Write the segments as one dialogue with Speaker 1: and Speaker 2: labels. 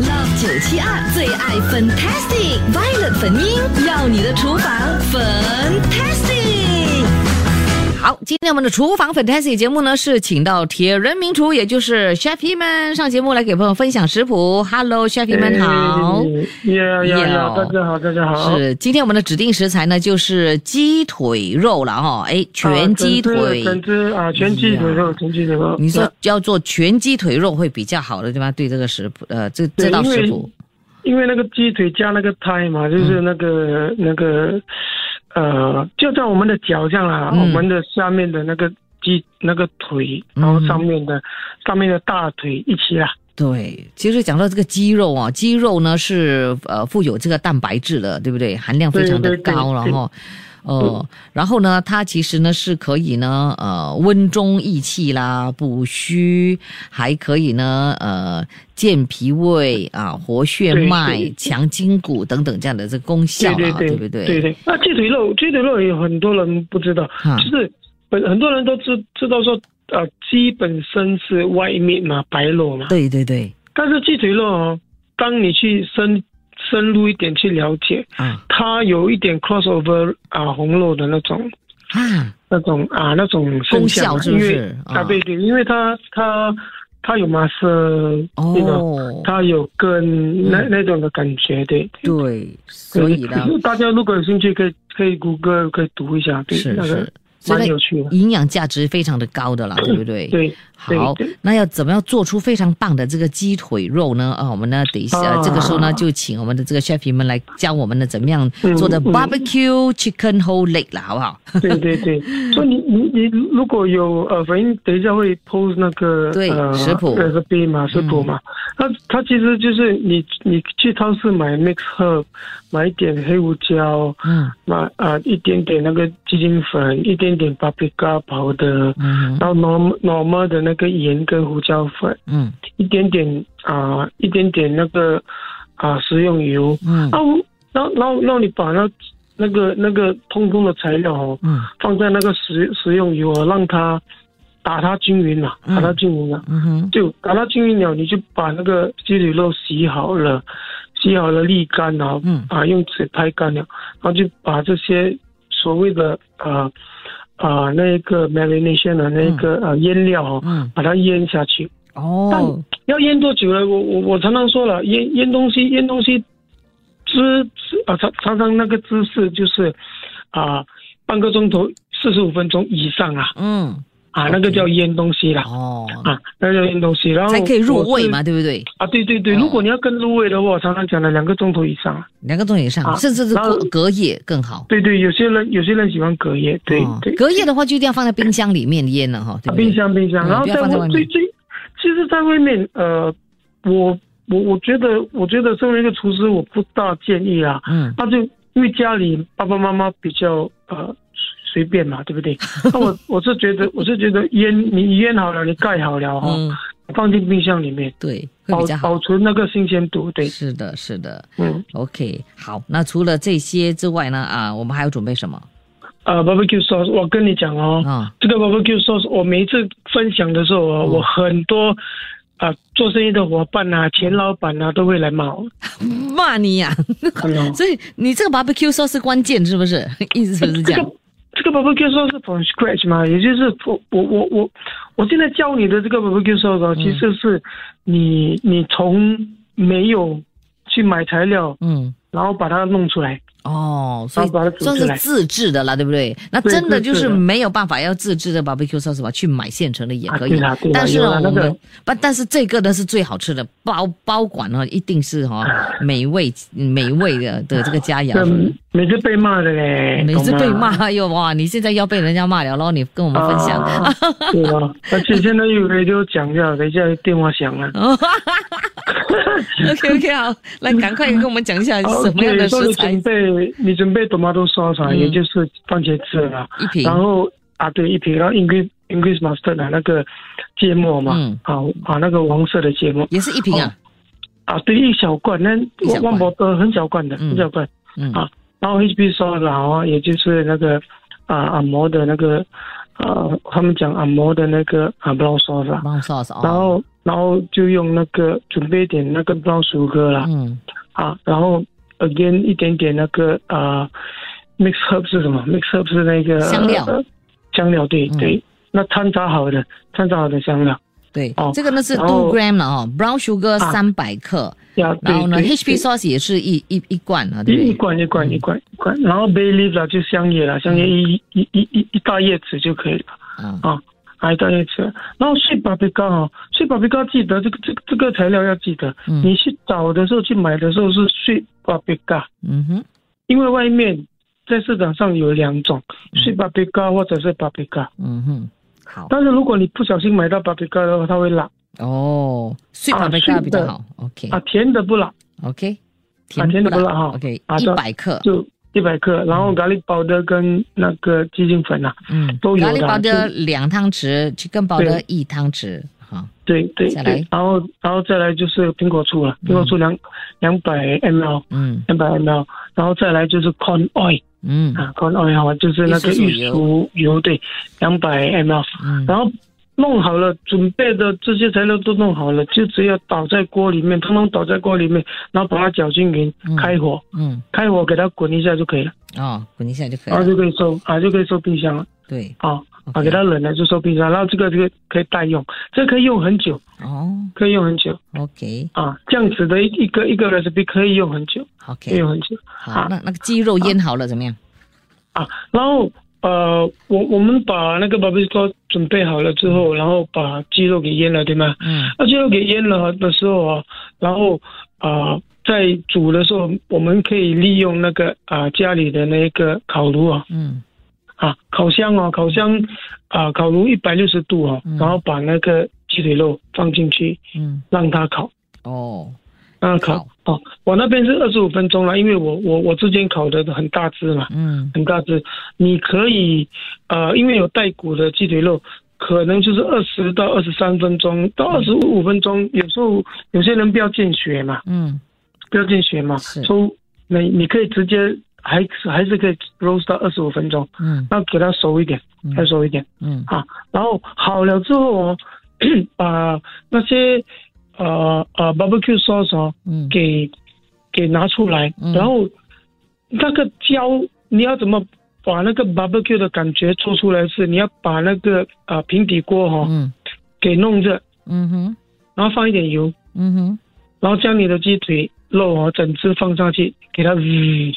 Speaker 1: Love 九七二最爱 Fantastic Violet 粉音，要你的厨房 Fantastic。好，今天我们的厨房 Fantastic 节目呢，是请到铁人名厨，也就是 Chef e 们上节目来给朋友分享食谱。Hello，Chef e 们好。
Speaker 2: 哎呀呀呀！
Speaker 1: 有
Speaker 2: 大家好，大家哎好。啊
Speaker 1: 是，今天我们的指定食材呢，就是鸡腿肉了哈、哎，全鸡腿。哎
Speaker 2: 啊整只啊，全鸡腿肉，全鸡腿肉。
Speaker 1: 你说
Speaker 2: 啊
Speaker 1: 要做全鸡腿肉会比较好的，对吧？对这个食谱，呃，这这
Speaker 2: 对
Speaker 1: 道
Speaker 2: 因
Speaker 1: 食
Speaker 2: 为
Speaker 1: 谱，
Speaker 2: 因为那个鸡腿加那个胎嘛，
Speaker 1: 嗯
Speaker 2: 就是那个、那个呃，就在我们的脚上啊，
Speaker 1: 嗯
Speaker 2: 我们的下面的那个鸡那个腿，然后
Speaker 1: 嗯
Speaker 2: 上面的、上面的大腿一起啊。
Speaker 1: 对。其实讲到这个鸡肉啊，鸡肉呢是呃富有这个蛋白质的，对不对？含量非常的
Speaker 2: 对对对
Speaker 1: 高，然
Speaker 2: 对嗯
Speaker 1: 后。呃，然后呢，它其实呢是可以呢，呃，温中益气啦，补虚，还可以呢，呃，健脾胃啊，活血
Speaker 2: 对
Speaker 1: 脉
Speaker 2: 对、
Speaker 1: 强筋骨等等这样的这个功效
Speaker 2: 对
Speaker 1: 啊，
Speaker 2: 对
Speaker 1: 不对？
Speaker 2: 对对。那鸡腿肉，鸡腿肉有很多人不知道，
Speaker 1: 啊
Speaker 2: 就是很很多人都知知道说。呃，鸡本身是外面嘛，白肉嘛，
Speaker 1: 对对对
Speaker 2: 但是鸡腿肉哦，当你去深深入一点去了解，
Speaker 1: 啊
Speaker 2: 它有一点 crossover 啊红肉的那种
Speaker 1: 啊，
Speaker 2: 那种啊那种
Speaker 1: 功
Speaker 2: 声响
Speaker 1: 效
Speaker 2: 啊，
Speaker 1: 是不
Speaker 2: 因为
Speaker 1: 是？
Speaker 2: 啊对对，因为它它它有马斯那个，
Speaker 1: 哦，
Speaker 2: 它有跟那那种的感觉，对。对
Speaker 1: 对，所以呢，
Speaker 2: 大家如果有兴趣，可以可以谷歌可以读一下，对，
Speaker 1: 是
Speaker 2: 那个
Speaker 1: 是，所
Speaker 2: 蛮
Speaker 1: 以
Speaker 2: 有
Speaker 1: 呢
Speaker 2: 趣的。
Speaker 1: 营养价值非常的高 的啦，对不对？
Speaker 2: 对，
Speaker 1: 好
Speaker 2: 对对，
Speaker 1: 那要怎么样做出非常棒的这个鸡腿肉呢？啊，我们呢，等一下、
Speaker 2: 啊
Speaker 1: 这个时候呢，就请我们的这个 chef 们来教我们呢，怎么样做的
Speaker 2: 嗯嗯
Speaker 1: barbecue chicken whole leg 啦，好不好？
Speaker 2: 对对对，所以你你你如果有呃，反正等一下会 post 那个
Speaker 1: 对
Speaker 2: 呃
Speaker 1: 食谱嗯
Speaker 2: recipe 嘛，食谱嘛，它它其实就是你你去超市买 mix herb，买一点黑胡椒，
Speaker 1: 嗯
Speaker 2: 买啊、一点点那个鸡精粉，一点点 paprika 刨的，
Speaker 1: 嗯
Speaker 2: 然后 normal normal 的那个盐跟胡椒粉，
Speaker 1: 嗯
Speaker 2: 一点点啊、一点点那个啊、食用油，
Speaker 1: 嗯
Speaker 2: 然后然后然后然后你把那那个那个通通的材料哦。
Speaker 1: 嗯
Speaker 2: 放在那个食食用油啊，让它打它均匀了，
Speaker 1: 嗯
Speaker 2: 打它均匀了，啊
Speaker 1: 嗯哼
Speaker 2: 就打它均匀了，你就把那个鸡腿肉洗好了，洗好了沥干了，
Speaker 1: 嗯
Speaker 2: 啊，用水拍干了，然后就把这些所谓的啊啊、呃那个 marination 的那个呃腌料哦，
Speaker 1: 嗯
Speaker 2: 把它腌下去。
Speaker 1: 哦，
Speaker 2: 要腌多久呢？我我我常常说了，腌腌东西，腌东西姿姿啊，常常常那个姿势就是啊、半个钟头四十五分钟以上啊
Speaker 1: 嗯
Speaker 2: 啊，那个
Speaker 1: OK
Speaker 2: 叫腌东西啦
Speaker 1: 哦，
Speaker 2: 啊，那个叫腌东西，然后
Speaker 1: 才可以入味
Speaker 2: 我
Speaker 1: 嘛，
Speaker 2: 是
Speaker 1: 对不对？
Speaker 2: 啊，对对对，
Speaker 1: 哦
Speaker 2: 如果你要更入味的话，我常常讲的两个钟头以上啊，
Speaker 1: 两个钟以上，
Speaker 2: 啊
Speaker 1: 甚至是
Speaker 2: 然
Speaker 1: 隔
Speaker 2: 后
Speaker 1: 隔夜更好。
Speaker 2: 对对，有些人有些人喜欢隔夜，对
Speaker 1: 哦
Speaker 2: 对，
Speaker 1: 隔夜的话就一定要放在冰箱里面腌了哈，对
Speaker 2: 啊，
Speaker 1: 不对？
Speaker 2: 冰箱冰箱，
Speaker 1: 嗯
Speaker 2: 然后
Speaker 1: 不要放在外
Speaker 2: 外
Speaker 1: 面
Speaker 2: 最最，其实，在外面，呃，我我我觉得，我觉得身为一个厨师，我不大建议啊，
Speaker 1: 嗯，
Speaker 2: 那就因为家里爸爸妈妈比较呃随便嘛，对 不对？那我我是觉得，我是觉得腌你腌好了，你盖好了哈、
Speaker 1: 嗯，
Speaker 2: 放进冰箱里面
Speaker 1: 对，会
Speaker 2: 保
Speaker 1: 比较好。
Speaker 2: 保存那个新鲜度，对，
Speaker 1: 是的，是的。
Speaker 2: 嗯，
Speaker 1: OK，好，那除了这些之外呢？啊，我们还要准备什么
Speaker 2: 呃，barbecue sauce，我跟你讲哦，
Speaker 1: 啊？嗯
Speaker 2: 这个 barbecue sauce，我每一次分享的时候啊，我很多。啊，做生意的伙伴啊，前老板啊，都会来骂我。哦
Speaker 1: 骂你 呀、
Speaker 2: 看到吗
Speaker 1: 所以你这个 barbecue sauce 是关键，是不是？ 意思是不是这
Speaker 2: 这
Speaker 1: 样
Speaker 2: 个？这个 barbecue sauce 是 from scratch 嘛，也就是我我我我我现在教你的这个 barbecue sauce 啊其实是你你从没有去买材料，
Speaker 1: 嗯，
Speaker 2: 然后把它弄出来，
Speaker 1: 哦，所
Speaker 2: 然后把它
Speaker 1: 以
Speaker 2: 煮
Speaker 1: 算
Speaker 2: 出
Speaker 1: 是
Speaker 2: 来
Speaker 1: 自制的啦，对不对？那
Speaker 2: 对
Speaker 1: 真的
Speaker 2: 自
Speaker 1: 就
Speaker 2: 制
Speaker 1: 是
Speaker 2: 的
Speaker 1: 没有办法要自制的 barbecue sauce 吧，去买现成的也
Speaker 2: 啊
Speaker 1: 可
Speaker 2: 对
Speaker 1: 以。
Speaker 2: 啦对啦
Speaker 1: 但是
Speaker 2: 有
Speaker 1: 呢，
Speaker 2: 啦
Speaker 1: 我
Speaker 2: 那个
Speaker 1: 们不，但是这个呢是最好吃的，包包管呢一定是哈、
Speaker 2: 啊
Speaker 1: 美味美味的的这个佳肴。
Speaker 2: 这嗯每次被骂的嘞，
Speaker 1: 每次
Speaker 2: 懂吗
Speaker 1: 被骂，哎呦哇！你现在要被人家骂了咯，你跟我们分享。
Speaker 2: 啊，对啊，而且现在有人就讲一下，等一下电话响了。
Speaker 1: OK OK，好，来赶快跟我们讲一下
Speaker 2: 哦
Speaker 1: 什么样的
Speaker 2: 对说
Speaker 1: 食
Speaker 2: 你
Speaker 1: 材，
Speaker 2: 准备你准备 tomato sauce，、啊
Speaker 1: 嗯
Speaker 2: 也就是番茄汁啊，
Speaker 1: 一瓶
Speaker 2: 然后啊，对，一瓶，然后 English English Master 的那个芥末嘛，
Speaker 1: 嗯
Speaker 2: 啊啊，那个黄色的芥末
Speaker 1: 也是一瓶啊，
Speaker 2: 啊，对，一小罐，那
Speaker 1: 小罐
Speaker 2: 万宝呃很小罐的，
Speaker 1: 嗯
Speaker 2: 很小罐，
Speaker 1: 嗯
Speaker 2: 啊然后 HP 烧老啊，也就是那个啊按摩的那个，呃，他们讲按摩的那个啊 brown sauce，啊
Speaker 1: ，brown sauce
Speaker 2: 然
Speaker 1: 哦，
Speaker 2: 后然后就用那个准备一点那个 brown sugar 啦，
Speaker 1: 嗯
Speaker 2: 啊，然后 again 一点点那个啊、mix herb 是什么？mix herb 是那个
Speaker 1: 香料
Speaker 2: 呃香料对
Speaker 1: 嗯
Speaker 2: 对，那掺杂好的掺杂好的香料
Speaker 1: 对，
Speaker 2: 哦
Speaker 1: 这个呢是
Speaker 2: 然
Speaker 1: two
Speaker 2: 后
Speaker 1: gram 了哦，brown sugar
Speaker 2: 啊
Speaker 1: 三百克，
Speaker 2: 呀，对
Speaker 1: 然后呢
Speaker 2: 对
Speaker 1: HP sauce 也是一一一罐啊，
Speaker 2: 一
Speaker 1: 对
Speaker 2: 一
Speaker 1: 不对？
Speaker 2: 罐一罐
Speaker 1: 嗯
Speaker 2: 一罐一罐，然后 bay leaf 啦，就香叶啦，香叶一一一一一大叶子就可以了，
Speaker 1: 啊，
Speaker 2: 啊，一大叶子。然后碎巴比嘎哦，碎巴比嘎记得这个这个这个材料要记得，
Speaker 1: 嗯
Speaker 2: 你去找的时候去买的时候是碎巴比嘎，
Speaker 1: 嗯哼，
Speaker 2: 因为外面在市场上有两种，碎巴比嘎或者是巴比嘎。
Speaker 1: 嗯哼，好
Speaker 2: 但是如果你不小心买到巴比嘎的话，它会辣
Speaker 1: 哦，sweet
Speaker 2: 啊
Speaker 1: paprika
Speaker 2: 是
Speaker 1: 比较
Speaker 2: 的
Speaker 1: 好，OK
Speaker 2: 啊，甜的不辣
Speaker 1: OK，
Speaker 2: 甜的不辣哈
Speaker 1: ，OK，
Speaker 2: 啊
Speaker 1: 一
Speaker 2: 对
Speaker 1: 百克，
Speaker 2: 就一百克，然后咖喱包的跟那个鸡精粉啊，
Speaker 1: 嗯，
Speaker 2: 都有
Speaker 1: 咖喱
Speaker 2: 的
Speaker 1: 包的
Speaker 2: 就
Speaker 1: 两汤匙，chicken 包的
Speaker 2: 对
Speaker 1: 一汤匙，哈，
Speaker 2: 对对
Speaker 1: 再来
Speaker 2: 对，然后然后再来就是苹果醋了，苹果醋两两百 ml，
Speaker 1: 嗯
Speaker 2: 两百 ml，然后再来就是 corn oil
Speaker 1: 嗯
Speaker 2: 啊，corn oil 好吧，就是那个
Speaker 1: 玉
Speaker 2: 玉
Speaker 1: 蜀
Speaker 2: 薯油对，两百 ml，
Speaker 1: 嗯，
Speaker 2: 然后弄好了，准备的这些材料都弄好了，就只要倒在锅里面，通通倒在锅里面，然后把它搅均匀
Speaker 1: 嗯，
Speaker 2: 开火，
Speaker 1: 嗯
Speaker 2: 开火给它滚一下就可以了，
Speaker 1: 哦，滚一下就可以
Speaker 2: 然后
Speaker 1: 了，
Speaker 2: 就可以收啊，就可以收冰箱了
Speaker 1: 对
Speaker 2: 啊。啊，
Speaker 1: ，OK，
Speaker 2: 给它冷了就收冰箱，然后这个这个可以代用，这个可以用很久，
Speaker 1: 哦
Speaker 2: 可以用很久。
Speaker 1: ，OK
Speaker 2: 啊，这样子的一一个一个 recipe 可以用很久，可以
Speaker 1: OK，
Speaker 2: 用很久
Speaker 1: 好，那那个鸡肉腌好了怎么样？
Speaker 2: 啊。然后呃，我我们把那个 barbecue 准备好了之后，然后把鸡肉给腌了，对吗？
Speaker 1: 嗯
Speaker 2: 那鸡肉给腌了的时候啊，然后啊、呃在煮的时候，我们可以利用那个啊、家里的那个烤炉啊
Speaker 1: 嗯
Speaker 2: 啊烤箱啊烤箱啊、烤炉一百六十度啊
Speaker 1: 嗯，
Speaker 2: 然后把那个鸡腿肉放进去
Speaker 1: 嗯，
Speaker 2: 让它烤。
Speaker 1: 哦，
Speaker 2: 让它
Speaker 1: 烤
Speaker 2: 烤哦，我那边是二十五分钟了，因为我我我之前烤的很大只嘛，
Speaker 1: 嗯
Speaker 2: 很大只，你可以呃，因为有带骨的鸡腿肉，可能就是二十到二十三分钟到二十五分钟，有时候有些人不要见血嘛，
Speaker 1: 嗯
Speaker 2: 不要见血嘛，
Speaker 1: 是
Speaker 2: 所以你你可以直接还还是可以 roast 到二十五分钟，
Speaker 1: 嗯
Speaker 2: 那给它熟一点，
Speaker 1: 嗯
Speaker 2: 再熟一点。
Speaker 1: 嗯
Speaker 2: 啊，然后好了之后哦， 把那些呃呃 barbecue sauce 哦
Speaker 1: 嗯
Speaker 2: 给给拿出来，
Speaker 1: 嗯
Speaker 2: 然后那个椒你要怎么把那个 barbecue 的感觉做出来是？你要把那个呃平底锅哈、哦
Speaker 1: 嗯
Speaker 2: 给弄热，
Speaker 1: 嗯哼
Speaker 2: 然后放一点油，
Speaker 1: 嗯哼，
Speaker 2: 然后将你的鸡腿肉哦整只放上去，给它嗯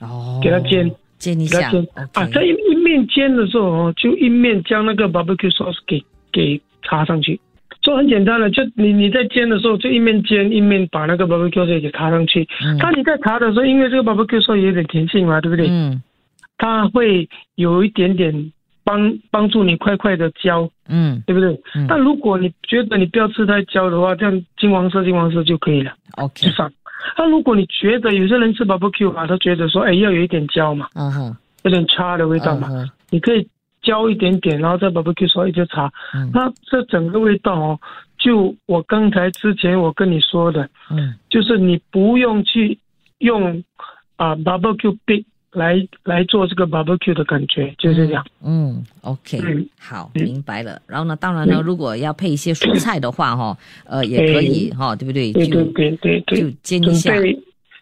Speaker 1: 哦，
Speaker 2: 给它煎
Speaker 1: 煎一
Speaker 2: 给
Speaker 1: 下
Speaker 2: 它煎啊，在
Speaker 1: ，OK，
Speaker 2: 一一面煎的时候哦，就一面将那个 barbecue sauce 给给插上去，所以很简单的，就你你在煎的时候就一面煎一面把那个 barbecue sauce 给插上去。
Speaker 1: 嗯
Speaker 2: 当你在插的时候，因为这个 barbecue sauce 有点甜性嘛，对不对？
Speaker 1: 嗯
Speaker 2: 它会有一点点帮帮助你快快的焦，
Speaker 1: 嗯
Speaker 2: 对不对？
Speaker 1: 嗯
Speaker 2: 但如果你觉得你不要吃太焦的话，这样金黄色金黄色就可以了，
Speaker 1: ，OK，
Speaker 2: 就上。那如果你觉得有些人吃 barbecue 嘛，他觉得说，哎，要有一点焦嘛，
Speaker 1: 嗯哼，
Speaker 2: 有点叉的味道嘛，
Speaker 1: 嗯哼
Speaker 2: 你可以浇一点点，然后再 barbecue 烧一直擦。
Speaker 1: 嗯
Speaker 2: 哎那这整个味道哦，就我刚才之前我跟你说的，
Speaker 1: 嗯
Speaker 2: 就是你不用去用啊、barbecue big 来来做这个 barbecue 的感觉，就是这样。
Speaker 1: 嗯，OK，
Speaker 2: 嗯
Speaker 1: 好，
Speaker 2: 嗯
Speaker 1: 明白了。然后呢，当然呢，
Speaker 2: 嗯
Speaker 1: 如果要配一些蔬菜的话，哈，呃，也可以哈，对不对？
Speaker 2: 对
Speaker 1: 就
Speaker 2: 对对对
Speaker 1: 嗯就
Speaker 2: 对，
Speaker 1: 煎一
Speaker 2: 准
Speaker 1: 下，
Speaker 2: 备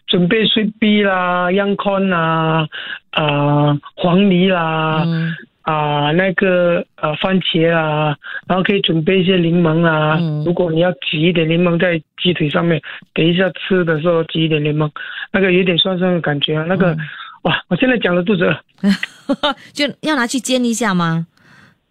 Speaker 2: 准备碎逼啦、央康啦、啊、黄梨啦。
Speaker 1: 嗯
Speaker 2: 啊、那个呃番茄啊，然后可以准备一些柠檬啊。
Speaker 1: 嗯
Speaker 2: 如果你要挤一点柠檬在鸡腿上面，等一下吃的时候挤一点柠檬，那个有点酸酸的感觉啊。那个、
Speaker 1: 嗯
Speaker 2: 哇，我现在讲了肚子饿
Speaker 1: 就要拿去煎一下吗？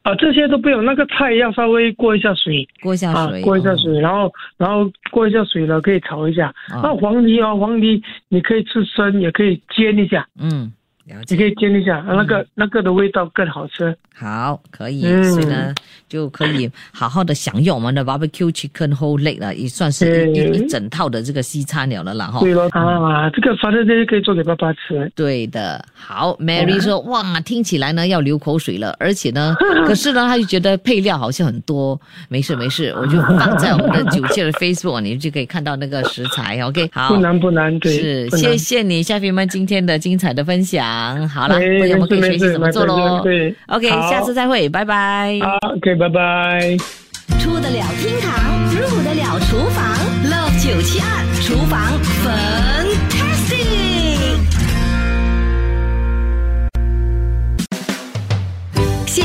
Speaker 2: 啊，这些都不用。那个菜要稍微过一下水
Speaker 1: 过一下
Speaker 2: 啊
Speaker 1: 水，，
Speaker 2: 过一下
Speaker 1: 嗯，
Speaker 2: 水，然后然后过一下水了可以炒一下。
Speaker 1: 啊
Speaker 2: 那黄梨哦，黄梨你可以吃生，也可以煎一下，
Speaker 1: 嗯，了
Speaker 2: 你
Speaker 1: 解。
Speaker 2: 可以煎一下，那个、
Speaker 1: 嗯
Speaker 2: 那个的味道更好吃。
Speaker 1: 好，可以，
Speaker 2: 嗯
Speaker 1: 所以呢，就可以好好的享用我们的 barbecue chicken whole leg 了，也算是一一
Speaker 2: 嗯
Speaker 1: 一整套的这个西餐了了啦，哈。
Speaker 2: 对咯，
Speaker 1: 哦
Speaker 2: 啊，这个反正这些可以做给爸爸吃。
Speaker 1: 对的，好，Mary 说，哇，听起来呢要流口水了，而且 呢，可是呢，她就觉得配料好像很多，没事没事，我就放在我们的九 界的 Facebook，你就可以看到那个食材，OK，好
Speaker 2: 不，难不难，对，
Speaker 1: 是，
Speaker 2: 不难
Speaker 1: 谢谢你，夏萍们今天的精彩的分享，好了，
Speaker 2: 哎
Speaker 1: 所以我们可以
Speaker 2: 没
Speaker 1: 学
Speaker 2: 事
Speaker 1: 习怎么
Speaker 2: 没事
Speaker 1: 做喽
Speaker 2: 对
Speaker 1: ，OK，
Speaker 2: 好
Speaker 1: 下次再会，拜拜。
Speaker 2: 好，OK，拜拜。
Speaker 3: 出得了厅堂，入得得了厨房，Love 九七二厨房 Fantastic。谢